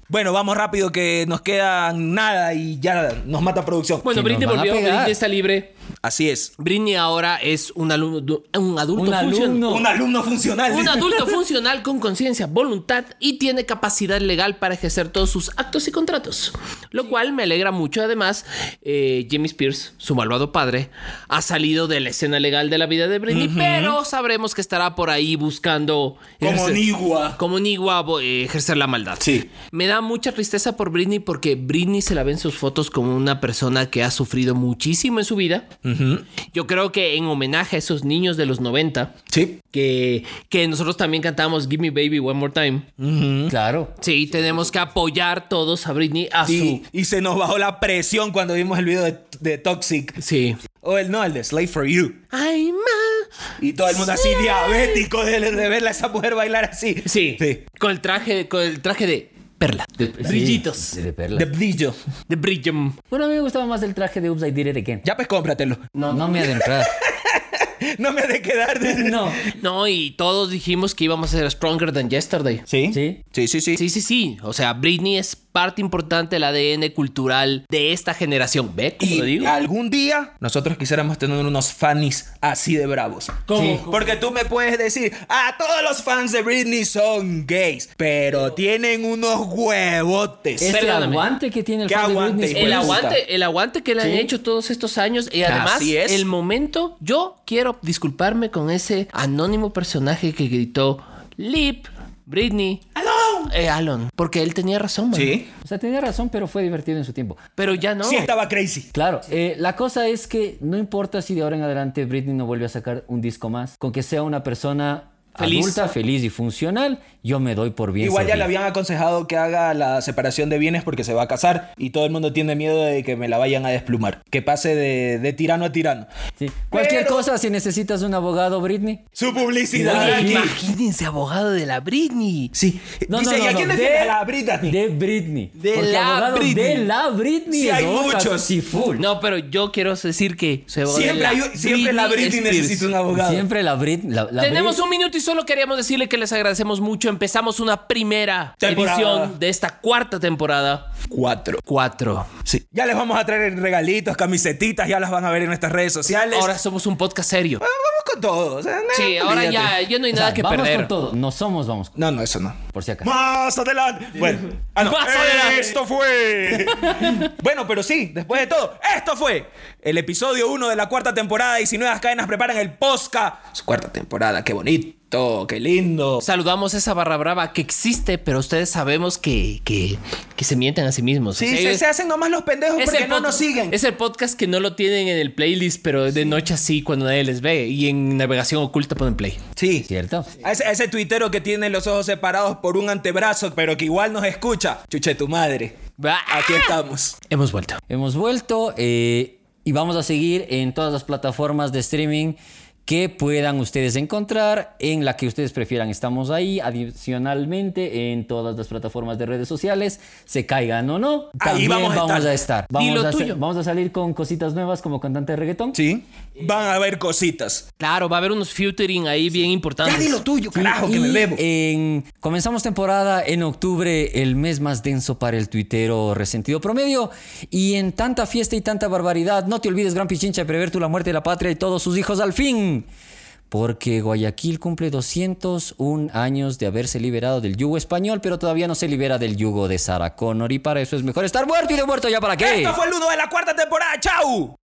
Speaker 1: Bueno, vamos rápido que nos queda nada y ya nos mata producción.
Speaker 2: Bueno,
Speaker 4: nos
Speaker 2: Britney
Speaker 4: van a
Speaker 2: volvió,
Speaker 4: pegar.
Speaker 2: Britney está libre.
Speaker 1: Así es.
Speaker 2: Britney ahora es un alumno, un adulto
Speaker 4: Un
Speaker 2: funcional.
Speaker 4: alumno.
Speaker 1: Un alumno funcional.
Speaker 2: Un adulto funcional con conciencia, voluntad y tiene capacidad legal para ejercer todos sus actos y contratos. Lo cual me alegra mucho. Además, eh, James Pierce, su malvado padre, ha salido de la escena legal de la vida de Britney, pero sabremos que estará por ahí buscando.
Speaker 1: Como
Speaker 2: ejercer-
Speaker 1: Nigua.
Speaker 2: como ni guapo eh, ejercer la maldad.
Speaker 1: Sí.
Speaker 2: Me da mucha tristeza por Britney porque Britney se la ve en sus fotos como una persona que ha sufrido muchísimo en su vida. Yo creo que en homenaje a esos niños de los 90
Speaker 1: Sí.
Speaker 2: que, que nosotros también cantamos Give Me Baby One More Time.
Speaker 4: Claro.
Speaker 2: Sí, tenemos que apoyar todos a Britney a
Speaker 1: Y, y se nos bajó la presión cuando vimos el video de, de Toxic.
Speaker 2: su. Sí.
Speaker 1: O el no, el de Slave for You.
Speaker 2: Ay, ma.
Speaker 1: Y todo el mundo así diabético de, de verla a esa mujer bailar así.
Speaker 2: Sí. Con el traje, con el traje de perla. De brillitos.
Speaker 4: Sí, de perlas.
Speaker 1: De brillo.
Speaker 2: De brillo.
Speaker 4: Bueno, a mí me gustaba más el traje de Oops, I Did It Again.
Speaker 1: Ya pues cómpratelo.
Speaker 4: No, no me ha de entrar.
Speaker 1: No me ha de quedar. de-
Speaker 4: No.
Speaker 2: No, y todos dijimos que íbamos a ser stronger than yesterday.
Speaker 1: ¿Sí?
Speaker 4: Sí.
Speaker 1: Sí, sí, sí.
Speaker 2: Sí, sí, sí. O sea, Britney es parte importante del ADN cultural de esta generación. ¿Ve cómo
Speaker 1: Y
Speaker 2: lo digo?
Speaker 1: algún día nosotros quisiéramos tener unos fanis así de bravos.
Speaker 2: ¿Cómo?
Speaker 1: Sí. Porque tú me puedes decir, ah, todos los fans de Britney son gays, pero tienen unos huevotes.
Speaker 4: Este
Speaker 2: Perdóname.
Speaker 4: aguante que tiene el
Speaker 1: ¿Qué
Speaker 4: fan de
Speaker 1: aguante,
Speaker 4: Britney
Speaker 1: hijo de
Speaker 2: El
Speaker 4: Spears.
Speaker 1: puta?
Speaker 2: aguante, el aguante que le han hecho todos estos años y además
Speaker 1: Así es.
Speaker 2: el momento, yo quiero disculparme con ese anónimo personaje que gritó Lip, Britney,
Speaker 1: ¡Aló!
Speaker 2: eh, Alon, porque él tenía razón, man.
Speaker 1: Sí.
Speaker 4: O sea, tenía razón, pero fue divertido en su tiempo.
Speaker 2: pero ya no.
Speaker 1: Sí, estaba crazy.
Speaker 4: Claro, eh, la cosa es que no importa si de ahora en adelante Britney no vuelve a sacar un disco más, con que sea una persona
Speaker 2: Feliz.
Speaker 4: adulta, feliz y funcional, yo me doy por bien.
Speaker 1: Igual ya le
Speaker 4: servido.
Speaker 1: habían aconsejado que haga la separación de bienes porque se va a casar y todo el mundo tiene miedo de que me la vayan a desplumar. Que pase de, de tirano a tirano.
Speaker 4: Sí. Cualquier
Speaker 1: Pero-
Speaker 4: cosa, si necesitas un abogado, Britney.
Speaker 1: Su
Speaker 2: Oye,
Speaker 1: publicidad aquí.
Speaker 2: imagínense abogado de la Britney.
Speaker 1: Sí.
Speaker 4: No,
Speaker 1: Dice,
Speaker 4: no, no,
Speaker 1: ¿y a quién
Speaker 4: no,
Speaker 1: defiende
Speaker 4: de-
Speaker 1: a la Britney?
Speaker 4: De Britney.
Speaker 2: De
Speaker 4: Porque
Speaker 2: la
Speaker 4: abogado
Speaker 2: Britney.
Speaker 4: De la Britney.
Speaker 1: Sí, hay
Speaker 4: es otra-
Speaker 1: muchos.
Speaker 4: Sí, full.
Speaker 2: No, pero yo quiero decir que soy abogado de
Speaker 1: Siempre,
Speaker 2: la
Speaker 1: hay un- siempre la Britney
Speaker 2: Spears.
Speaker 1: necesita un abogado.
Speaker 4: Siempre la Britney. la- la
Speaker 2: Tenemos
Speaker 4: Brit-
Speaker 2: un minuto y solo queríamos decirle que les agradecemos mucho. Empezamos una primera
Speaker 1: Temporada.
Speaker 2: edición de esta cuarta temporada.
Speaker 1: Cuatro.
Speaker 2: Cuatro.
Speaker 1: Sí. Ya les vamos a traer regalitos, camisetitas, ya las van a ver en nuestras redes sociales.
Speaker 2: Ahora somos un podcast serio.
Speaker 1: Bueno, vamos con todo. o sea, no,
Speaker 2: Sí, ahora
Speaker 1: olvídate.
Speaker 2: ya, ya no hay
Speaker 4: O sea,
Speaker 2: nada que
Speaker 4: vamos
Speaker 2: perder.
Speaker 4: con todo. No somos, vamos,
Speaker 1: No, no, eso no.
Speaker 4: por si acaso.
Speaker 1: Más adelante. Bueno, ah, no.
Speaker 2: Más adelante.
Speaker 1: Esto fue. (laughs) bueno, pero sí, después de todo, esto fue el episodio 1 de la cuarta temporada. Y si nuevas cadenas preparan el posca. Su cuarta temporada, qué bonito, qué lindo.
Speaker 2: Saludamos esa barra brava que existe, pero ustedes sabemos que, que, que se mienten a sí mismos. O
Speaker 1: Sí,
Speaker 2: sea,
Speaker 1: se,
Speaker 2: ellos-
Speaker 1: se hacen nomás los pendejos porque
Speaker 2: el
Speaker 1: no
Speaker 2: pod-
Speaker 1: nos siguen.
Speaker 2: Es el podcast que no lo tienen en el playlist, pero de noche así cuando nadie les ve. Y en navegación oculta ponen play.
Speaker 1: Sí.
Speaker 4: ¿Cierto?
Speaker 1: A ese, a ese tuitero que tiene los ojos separados por un antebrazo, pero que igual nos escucha. Chuche tu madre.
Speaker 2: Va-
Speaker 1: Aquí estamos.
Speaker 2: Hemos vuelto.
Speaker 4: Hemos vuelto eh, y vamos a seguir en todas las plataformas de streaming que puedan ustedes encontrar, en la que ustedes prefieran. Estamos ahí, adicionalmente en todas las plataformas de redes sociales, se caigan o no.
Speaker 1: Ahí
Speaker 4: también
Speaker 1: vamos a estar.
Speaker 4: Vamos,
Speaker 2: Dilo
Speaker 4: a sa-
Speaker 2: tuyo.
Speaker 4: vamos a salir con cositas nuevas como cantante de reggaetón.
Speaker 1: Sí. Van a ver cositas.
Speaker 2: Claro, va a haber unos featuring ahí bien importantes.
Speaker 1: Ya di lo tuyo, carajo, que
Speaker 4: Y eh,
Speaker 1: me bebo.
Speaker 4: en- comenzamos temporada en octubre, el mes más denso para el tuitero resentido promedio. Y en tanta fiesta y tanta barbaridad, no te olvides, gran pichincha, de prever tú la muerte de la patria y todos sus hijos al fin. Porque Guayaquil cumple 201 años de haberse liberado del yugo español, pero todavía no se libera del yugo de Sarah Connor. Y para eso es mejor estar muerto y de muerto ya para qué.
Speaker 1: Esto fue el 1 de la cuarta temporada. ¡Chau!